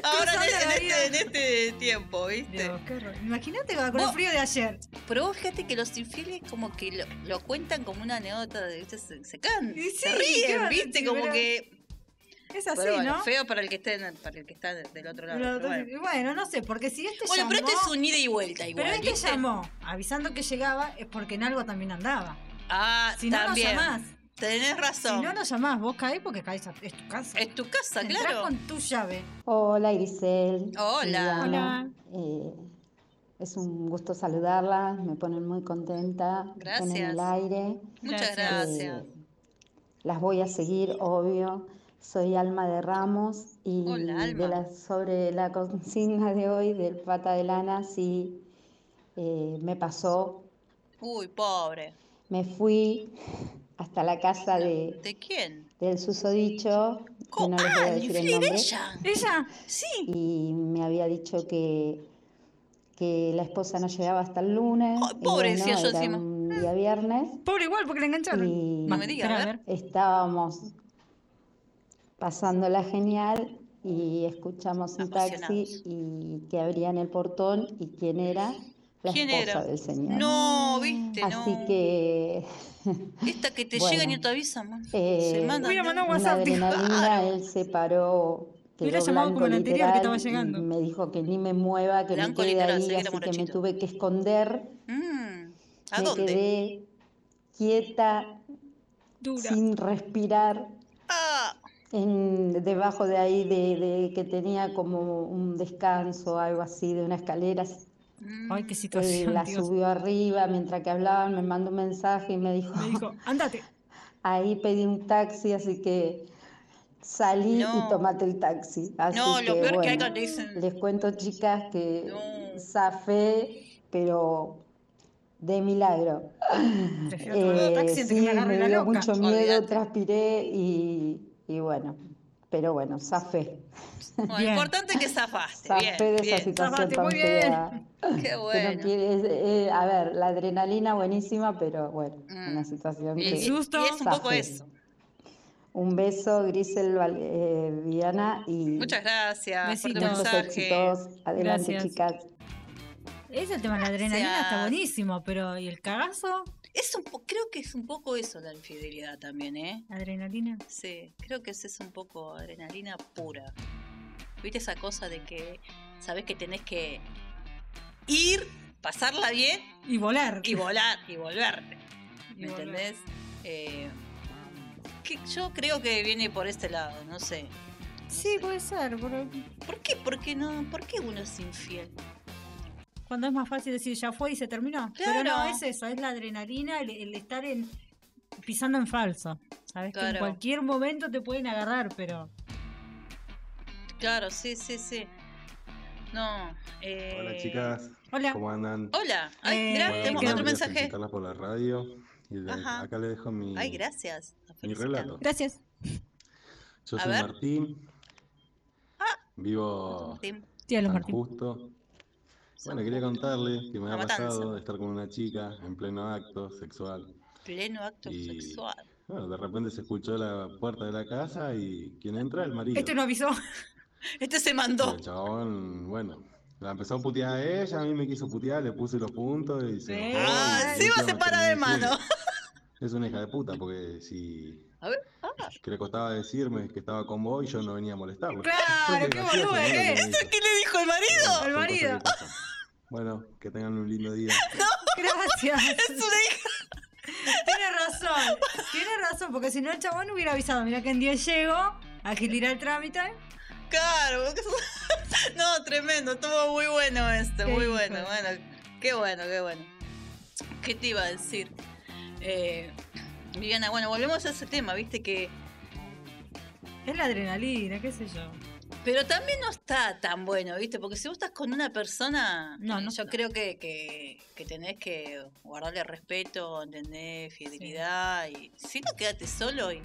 Speaker 1: ahora en,
Speaker 2: Cruzando la
Speaker 1: en este,
Speaker 2: vía.
Speaker 1: en este tiempo, ¿viste?
Speaker 2: Dios, qué horror. Imagínate con
Speaker 1: Este, Vos-
Speaker 2: el frío de ayer.
Speaker 1: Pero vos fíjate que los infieles como que lo, lo cuentan como una anécdota, de, ¿viste? Se, se can-
Speaker 2: Y sí,
Speaker 1: se
Speaker 2: ¿qué
Speaker 1: ríen,
Speaker 2: van a
Speaker 1: ¿viste?
Speaker 2: decir?
Speaker 1: Como
Speaker 2: Pero-
Speaker 1: que...
Speaker 2: Es así,
Speaker 1: pero bueno,
Speaker 2: ¿no?
Speaker 1: feo para el que está, en- para el que está del otro lado.
Speaker 2: Pero-
Speaker 1: pero bueno.
Speaker 2: bueno. no sé, porque si este
Speaker 1: Bueno,
Speaker 2: llamó...
Speaker 1: pero este es un ida y vuelta igual.
Speaker 2: Pero este
Speaker 1: ¿viste?
Speaker 2: llamó avisando que llegaba es porque en algo también andaba.
Speaker 1: Ah,
Speaker 2: Si no, no
Speaker 1: también.
Speaker 2: llamás.
Speaker 1: Tenés
Speaker 2: Si
Speaker 1: razón.
Speaker 2: no, no llamás. Vos caes porque caes a- es tu casa.
Speaker 1: Es tu casa,
Speaker 2: Entrás
Speaker 1: claro.
Speaker 2: con tu llave.
Speaker 10: Hola Grisel.
Speaker 1: Hola.
Speaker 10: Hola. Eh, es un gusto saludarlas, me ponen muy contenta. están en
Speaker 1: Gracias.
Speaker 10: el aire.
Speaker 1: Muchas
Speaker 10: Eh,
Speaker 1: gracias.
Speaker 10: las voy a seguir, obvio. Soy Alma de Ramos y
Speaker 1: Hola, Alma.
Speaker 10: de la- sobre la consigna de hoy del pata de lana, sí, eh, me pasó.
Speaker 1: Uy, pobre.
Speaker 10: Me fui hasta la casa de,
Speaker 1: ¿De quién?
Speaker 10: del susodicho, que no les voy
Speaker 1: ah,
Speaker 10: a
Speaker 1: el
Speaker 10: decir el
Speaker 1: infiel
Speaker 10: nombre.
Speaker 1: ella.
Speaker 2: Ella,
Speaker 1: Sí.
Speaker 10: y me había dicho que, que la esposa no llegaba hasta el lunes.
Speaker 1: Ay,
Speaker 10: y
Speaker 1: pobre,
Speaker 10: bueno,
Speaker 1: decía yo
Speaker 10: era
Speaker 1: encima.
Speaker 10: un día viernes
Speaker 2: pobre igual porque la engancharon.
Speaker 10: y
Speaker 1: No me digas,
Speaker 2: Espera,
Speaker 1: a
Speaker 2: a
Speaker 1: ver.
Speaker 2: ver.
Speaker 10: estábamos pasándola genial y escuchamos un
Speaker 1: Apasionados.
Speaker 10: taxi y que abrían el portón y quién era la
Speaker 1: ¿Quién
Speaker 10: esposa
Speaker 1: era?
Speaker 10: del señor.
Speaker 1: No, viste, no.
Speaker 10: Así que
Speaker 1: Esta que te
Speaker 10: Bueno.
Speaker 1: llega y no te avisa, man.
Speaker 10: Eh,
Speaker 1: Se manda.
Speaker 2: Hubiera mandado
Speaker 10: una
Speaker 2: WhatsApp, dijo.
Speaker 10: adrenalina, él se paró. quedó
Speaker 2: Hubiera llamado
Speaker 10: blanco
Speaker 2: como el anterior que estaba
Speaker 10: literal, y
Speaker 2: llegando.
Speaker 10: Me dijo que ni me mueva, que
Speaker 1: Blanco
Speaker 10: me quede
Speaker 1: literal,
Speaker 10: ahí,
Speaker 1: se queda
Speaker 10: así que me
Speaker 1: borrachito.
Speaker 10: tuve que esconder.
Speaker 1: Mm, ¿A
Speaker 10: me
Speaker 1: dónde?
Speaker 10: quedé quieta,
Speaker 2: Dura.
Speaker 10: sin respirar,
Speaker 1: Ah,
Speaker 10: en, debajo de ahí de, de que tenía como un descanso, algo así, de una escalera.
Speaker 1: mm.
Speaker 2: Ay, qué
Speaker 10: Él
Speaker 2: situación,
Speaker 10: eh, la
Speaker 2: Dios.
Speaker 10: subió arriba mientras que hablaban, me mandó un mensaje y me dijo,
Speaker 2: Me dijo, andate.
Speaker 10: Ahí pedí un taxi, así que salí
Speaker 1: No.
Speaker 10: y tomate el taxi. Así
Speaker 1: No, lo
Speaker 10: que,
Speaker 1: peor que hay
Speaker 10: bueno,
Speaker 1: cuando dicen.
Speaker 10: les cuento, chicas, que
Speaker 1: No.
Speaker 10: zafé, pero de milagro.
Speaker 2: Prefiero tomar un
Speaker 10: Eh,
Speaker 2: taxi antes que
Speaker 10: sí,
Speaker 2: me agarre la
Speaker 10: dio
Speaker 2: loca.
Speaker 10: mucho miedo,
Speaker 1: Olvídate.
Speaker 10: transpiré y, y bueno, pero bueno, zafé.
Speaker 1: Bueno,
Speaker 2: Bien.
Speaker 1: importante que zafaste. Bien,
Speaker 10: Zafé de esa
Speaker 1: bien.
Speaker 10: situación
Speaker 2: Zafate,
Speaker 10: tan
Speaker 2: muy bien.
Speaker 10: fea.
Speaker 1: Qué
Speaker 10: Que no
Speaker 1: bueno.
Speaker 10: quiere- eh, a ver, la adrenalina buenísima, pero bueno,
Speaker 1: Mm.
Speaker 10: una situación
Speaker 1: Y-
Speaker 10: que...
Speaker 1: y es
Speaker 2: Susto.
Speaker 1: un poco
Speaker 10: Zafé.
Speaker 1: eso.
Speaker 10: Un beso, Grisel Val- eh, Viana, y
Speaker 1: Muchas gracias por tu
Speaker 2: Besitos.
Speaker 10: muchos
Speaker 1: mensaje.
Speaker 10: éxitos. Adelante,
Speaker 2: Gracias.
Speaker 10: chicas.
Speaker 2: Ese tema de la adrenalina
Speaker 1: Gracias.
Speaker 2: está buenísimo, pero ¿y el cagazo?
Speaker 1: Es un po- creo que es un poco eso la infidelidad también, ¿eh?
Speaker 2: Adrenalina.
Speaker 1: Sí, creo que ese es un poco adrenalina pura. ¿Viste esa cosa de que sabes que tenés que ir, pasarla bien
Speaker 2: Y volar.
Speaker 1: y volar y volverte?
Speaker 2: Y
Speaker 1: ¿Me
Speaker 2: volar.
Speaker 1: entendés? Eh, que yo creo que viene por este lado, no sé.
Speaker 2: Sí, puede ser. Pero...
Speaker 1: ¿Por qué? ¿Por qué no? ¿Por qué uno es infiel?
Speaker 2: Cuando es más fácil decir ya fue y se terminó. Pero no,
Speaker 1: Claro.
Speaker 2: es eso, es la adrenalina, el, el estar en, pisando en falso. Sabes que en
Speaker 1: Claro.
Speaker 2: cualquier momento te pueden agarrar, pero
Speaker 1: Claro, sí, sí, sí. No. eh,
Speaker 6: Hola chicas,
Speaker 1: Hola.
Speaker 6: ¿cómo andan?
Speaker 1: Hola. Ay,
Speaker 2: Eh,
Speaker 1: mirá,
Speaker 6: Bueno,
Speaker 1: tenemos
Speaker 6: quería
Speaker 1: otro mensaje.
Speaker 6: felicitarlas por la radio y le-
Speaker 1: Ajá.
Speaker 6: acá le dejo mi,
Speaker 1: Ay, gracias.
Speaker 6: mi relato.
Speaker 2: Gracias.
Speaker 6: Yo
Speaker 1: A
Speaker 6: soy
Speaker 1: ver. Ah.
Speaker 6: Martín, vivo
Speaker 1: Martín.
Speaker 2: Tía, los
Speaker 6: San
Speaker 2: Martín.
Speaker 6: Justo. Bueno, quería contarle que me
Speaker 1: Una
Speaker 6: ha
Speaker 1: matanza.
Speaker 6: pasado de estar con una chica en pleno acto sexual.
Speaker 1: Pleno acto
Speaker 6: Y-
Speaker 1: sexual.
Speaker 6: Bueno, de repente se escuchó la puerta de la casa y quien entra, el marido.
Speaker 2: Este no avisó.
Speaker 1: Este se
Speaker 6: Y
Speaker 1: mandó.
Speaker 6: El chabón, bueno, la empezó a putear a ella, a mí me quiso putear, le puse los puntos y se. enojó,
Speaker 1: Ah,
Speaker 6: y de
Speaker 1: encima
Speaker 6: última
Speaker 1: se para de
Speaker 6: terminé diciendo,
Speaker 1: mano.
Speaker 6: Es una hija de puta, porque si
Speaker 1: A ver. Ah,
Speaker 6: que le costaba decirme que estaba con vos y yo no venía a molestarlo.
Speaker 2: Claro, qué
Speaker 6: gracioso, ¿no?
Speaker 2: boludo
Speaker 6: Lo que
Speaker 2: que
Speaker 6: me
Speaker 2: es.
Speaker 6: hizo.
Speaker 1: ¿Qué le dijo eh. el
Speaker 2: Al
Speaker 1: marido?
Speaker 6: Son cosas que
Speaker 2: marido.
Speaker 6: pasan. Bueno, que tengan un lindo día.
Speaker 2: Gracias.
Speaker 1: Es una hija.
Speaker 2: Tiene razón. Tiene razón, porque si no el chabón hubiera avisado. Mira que en 10 llego, agilirá el trámite.
Speaker 1: Claro, porque es- no, tremendo, estuvo muy bueno
Speaker 2: Qué
Speaker 1: esto, muy
Speaker 2: hijo
Speaker 1: bueno,
Speaker 2: de-
Speaker 1: bueno, qué bueno, qué bueno. ¿Qué te iba a decir? Eh, Viviana, bueno, volvemos a ese tema, viste que...
Speaker 2: Es la adrenalina, qué sé yo.
Speaker 1: Pero también no está tan bueno, viste, porque si vos estás con una persona,
Speaker 2: No,
Speaker 1: eh,
Speaker 2: no
Speaker 1: yo
Speaker 2: está.
Speaker 1: creo que, que, que tenés que guardarle respeto, ¿entendés? Fidelidad, y si no, quédate solo y...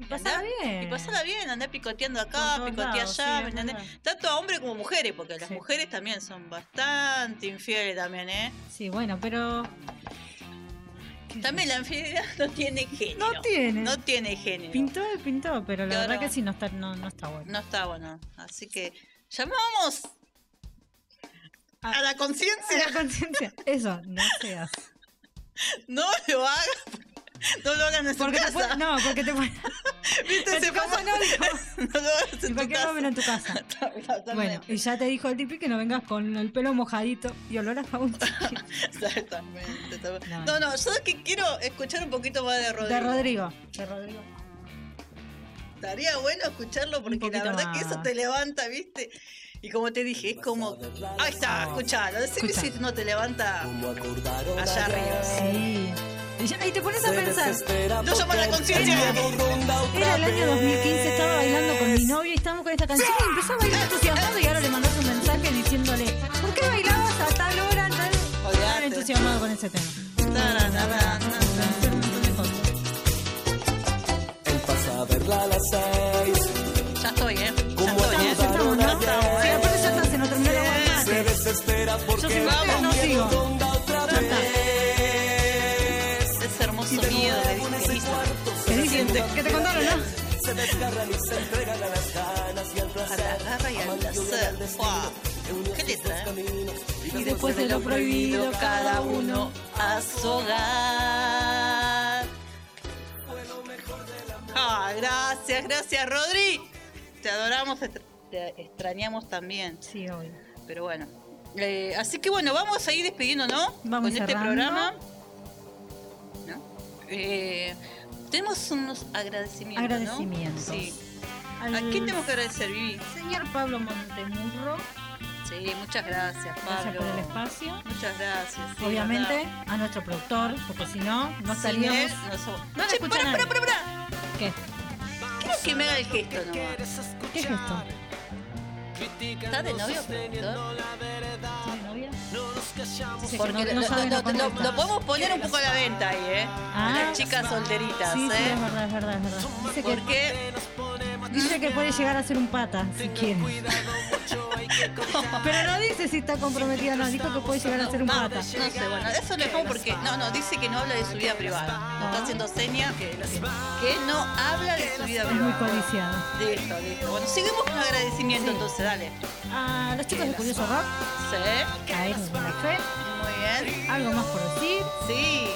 Speaker 2: Y pasala
Speaker 1: andá-
Speaker 2: bien.
Speaker 1: Y pasala bien, andá picoteando acá,
Speaker 2: Eh. Por todos
Speaker 1: picotea
Speaker 2: lados, sí,
Speaker 1: allá,
Speaker 2: es
Speaker 1: ¿me entendés?
Speaker 2: verdad.
Speaker 1: Tanto a hombres como mujeres, porque las
Speaker 2: Sí.
Speaker 1: mujeres también son bastante infieles también, ¿eh?
Speaker 2: Sí, bueno, pero. qué sé
Speaker 1: También
Speaker 2: yo.
Speaker 1: la infidelidad no tiene género.
Speaker 2: No tiene.
Speaker 1: No tiene género.
Speaker 2: Pintó y pintó, pero la
Speaker 1: Claro.
Speaker 2: verdad que sí no está, no, no está bueno.
Speaker 1: No está bueno. Así que llamamos
Speaker 2: Ah.
Speaker 1: a la conciencia.
Speaker 2: La conciencia. Eso, no seas.
Speaker 1: No lo hagan. No lo hagan en su
Speaker 2: Porque te
Speaker 1: casa.
Speaker 2: puede- no, porque te puede.
Speaker 1: ¿Viste?
Speaker 2: en
Speaker 1: Se
Speaker 2: tu casa
Speaker 1: pasa-
Speaker 2: no, dijo.
Speaker 1: No lo hagas
Speaker 2: En
Speaker 1: en tu
Speaker 2: cualquier
Speaker 1: casa.
Speaker 2: momento en tu casa. Bueno,
Speaker 1: Exactamente.
Speaker 2: y ya te dijo el tipi que no vengas con el pelo mojadito y olor a jabón.
Speaker 1: Exactamente.
Speaker 2: No,
Speaker 1: No, no, yo es que quiero escuchar un poquito más de Rodrigo.
Speaker 2: De Rodrigo. De Rodrigo.
Speaker 1: Estaría bueno escucharlo porque la
Speaker 2: poquito
Speaker 1: verdad que
Speaker 2: más.
Speaker 1: eso te levanta, ¿viste? Y como te dije, es como. Ahí está, escuchalo. Decime
Speaker 2: Escucha.
Speaker 1: si no te levanta
Speaker 3: Como acordaron
Speaker 1: allá arriba.
Speaker 2: Sí. Y, ya- y te pones a
Speaker 3: Se
Speaker 2: pensar.
Speaker 3: desespera
Speaker 1: Yo llamo a la
Speaker 3: porque
Speaker 1: conciencia.
Speaker 3: tengo ronda otra
Speaker 2: Era el año 2015, estaba bailando con mi
Speaker 3: vez.
Speaker 2: novio y estábamos con esta canción y empezó a bailar entusiasmado y ahora le mandaste un mensaje diciéndole, ¿por qué bailabas a tal hora? Tal... Estaba
Speaker 1: Olvídate.
Speaker 2: entusiasmado con ese tema.
Speaker 1: Taranarana.
Speaker 2: Hacer un montón de cosas.
Speaker 3: Él pasa a verla a las seis.
Speaker 1: Ya estoy, ¿eh? Ya
Speaker 3: Como
Speaker 1: estoy, ¿eh?
Speaker 2: Ya estamos, ¿no? Sí, aparte ya está, se nos terminó la
Speaker 3: Se
Speaker 2: guardate.
Speaker 3: desespera
Speaker 2: Yo
Speaker 3: porque
Speaker 2: si vamos, no sigo.
Speaker 3: ronda otra
Speaker 2: Ya está.
Speaker 3: vez.
Speaker 1: Ese hermoso miedo de disquerista.
Speaker 2: ¿Qué dicen?
Speaker 1: siente.
Speaker 2: ¿Qué te contaron, no?
Speaker 3: Se desgarran y se entregan a las ganas y al
Speaker 1: A la
Speaker 3: placer.
Speaker 1: garra y al placer. ¡Wow! ¡Qué letra, eh!
Speaker 2: Y después de lo prohibido, cada uno.
Speaker 1: a su hogar. Ah, gracias, gracias, Rodri. Te adoramos, te extra- te extrañamos también.
Speaker 2: Sí, obvio.
Speaker 1: Pero bueno. Eh, así que bueno, vamos a ir despidiendo, ¿no?
Speaker 2: Vamos
Speaker 1: Con este
Speaker 2: cerrando.
Speaker 1: programa. ¿No? Eh, tenemos unos agradecimientos. ¿no?
Speaker 2: Agradecimientos.
Speaker 1: Sí.
Speaker 2: Al
Speaker 1: ¿A quién tenemos que agradecer, Vivi?
Speaker 2: Señor Pablo Montemurro,
Speaker 1: Sí, muchas gracias,
Speaker 2: gracias
Speaker 1: Pablo.
Speaker 2: por el espacio.
Speaker 1: Muchas gracias. sí,
Speaker 2: Obviamente,
Speaker 1: verdad.
Speaker 2: a nuestro productor, porque si no, no
Speaker 1: Sin
Speaker 2: estaríamos.
Speaker 1: él, no somos-
Speaker 2: No lo
Speaker 1: Che,
Speaker 2: escucha
Speaker 1: pará,
Speaker 2: nadie.
Speaker 1: pará, pará, pará.
Speaker 2: ¿Qué?
Speaker 1: Quiero que me haga el gesto nomás.
Speaker 2: ¿Qué es esto?
Speaker 1: ¿Estás de novio, productor?
Speaker 2: ¿Tiene novia? Sí,
Speaker 1: Porque
Speaker 2: no-
Speaker 1: lo,
Speaker 2: no sabe,
Speaker 1: lo-
Speaker 2: no
Speaker 1: lo-
Speaker 2: contesta.
Speaker 1: lo podemos poner un poco a la venta ahí, ¿eh?
Speaker 2: Ah.
Speaker 1: Las chicas solteritas,
Speaker 2: Sí, sí, es
Speaker 1: ¿eh?
Speaker 2: verdad, es verdad, es verdad. Dice que,
Speaker 1: ¿Por qué?
Speaker 2: dice que puede llegar a ser un pata, si quiere. Pero no dice si está comprometida o no, dijo que puede llegar a ser un
Speaker 1: Ah,
Speaker 2: pata.
Speaker 1: no sé, bueno, eso lo dejamos porque. No, no, dice que no habla de su vida privada. Nos está haciendo seña que, que no habla de su vida
Speaker 2: Es muy
Speaker 1: privada.
Speaker 2: codiciado.
Speaker 1: Listo, listo. Bueno, seguimos con agradecimiento
Speaker 2: Sí.
Speaker 1: entonces, dale.
Speaker 2: A los chicos de Curioso Rock,
Speaker 1: Sí,
Speaker 2: a Eros de Fe,
Speaker 1: muy bien.
Speaker 2: algo más por decir.
Speaker 1: Sí,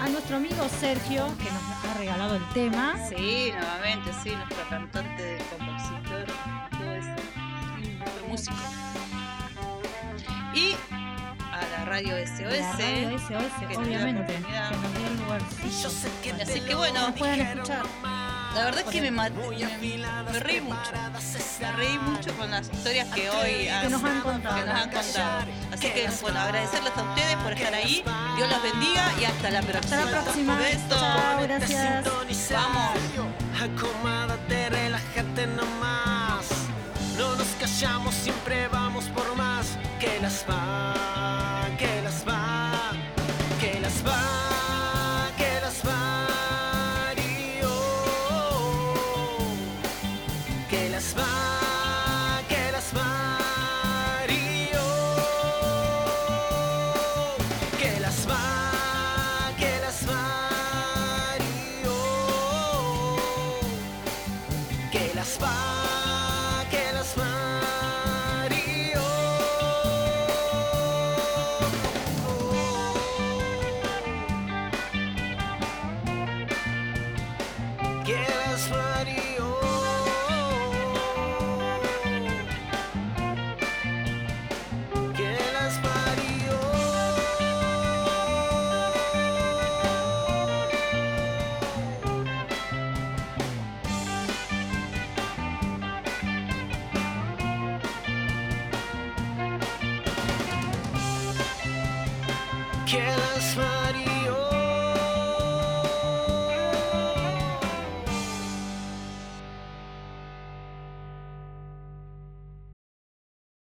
Speaker 2: A nuestro amigo Sergio, que nos ha regalado el tema.
Speaker 1: sí, nuevamente, sí, nuestro cantante, compositor, todo eso, nuestro músico. Y a la radio
Speaker 2: de la radio
Speaker 1: SOS.
Speaker 2: SOS,
Speaker 1: que nos dio la
Speaker 2: obviamente, que
Speaker 1: oportunidad.
Speaker 2: nos dio el lugar.
Speaker 1: Así que bueno,
Speaker 2: Nos pueden escuchar.
Speaker 1: La verdad es que me, ma- me, me reí mucho. Me reí mucho con las historias que hoy
Speaker 2: Que nos han contado.
Speaker 1: que nos han contado. Así que, bueno, agradecerles a ustedes por estar ahí. Dios los bendiga y hasta la próxima.
Speaker 2: Hasta la próxima.
Speaker 1: Besos.
Speaker 2: Chao, gracias.
Speaker 1: Vamos.
Speaker 3: Acomódate, relájate nomás. No nos callamos, siempre vamos por más. Que las va, que las va, que las va, que las va. y oh, Que las va, que las va. y oh, Que las va, que las va. y oh, que las va, que las va. y oh. Que las va, y oh. Que las va, y oh. Que las varío.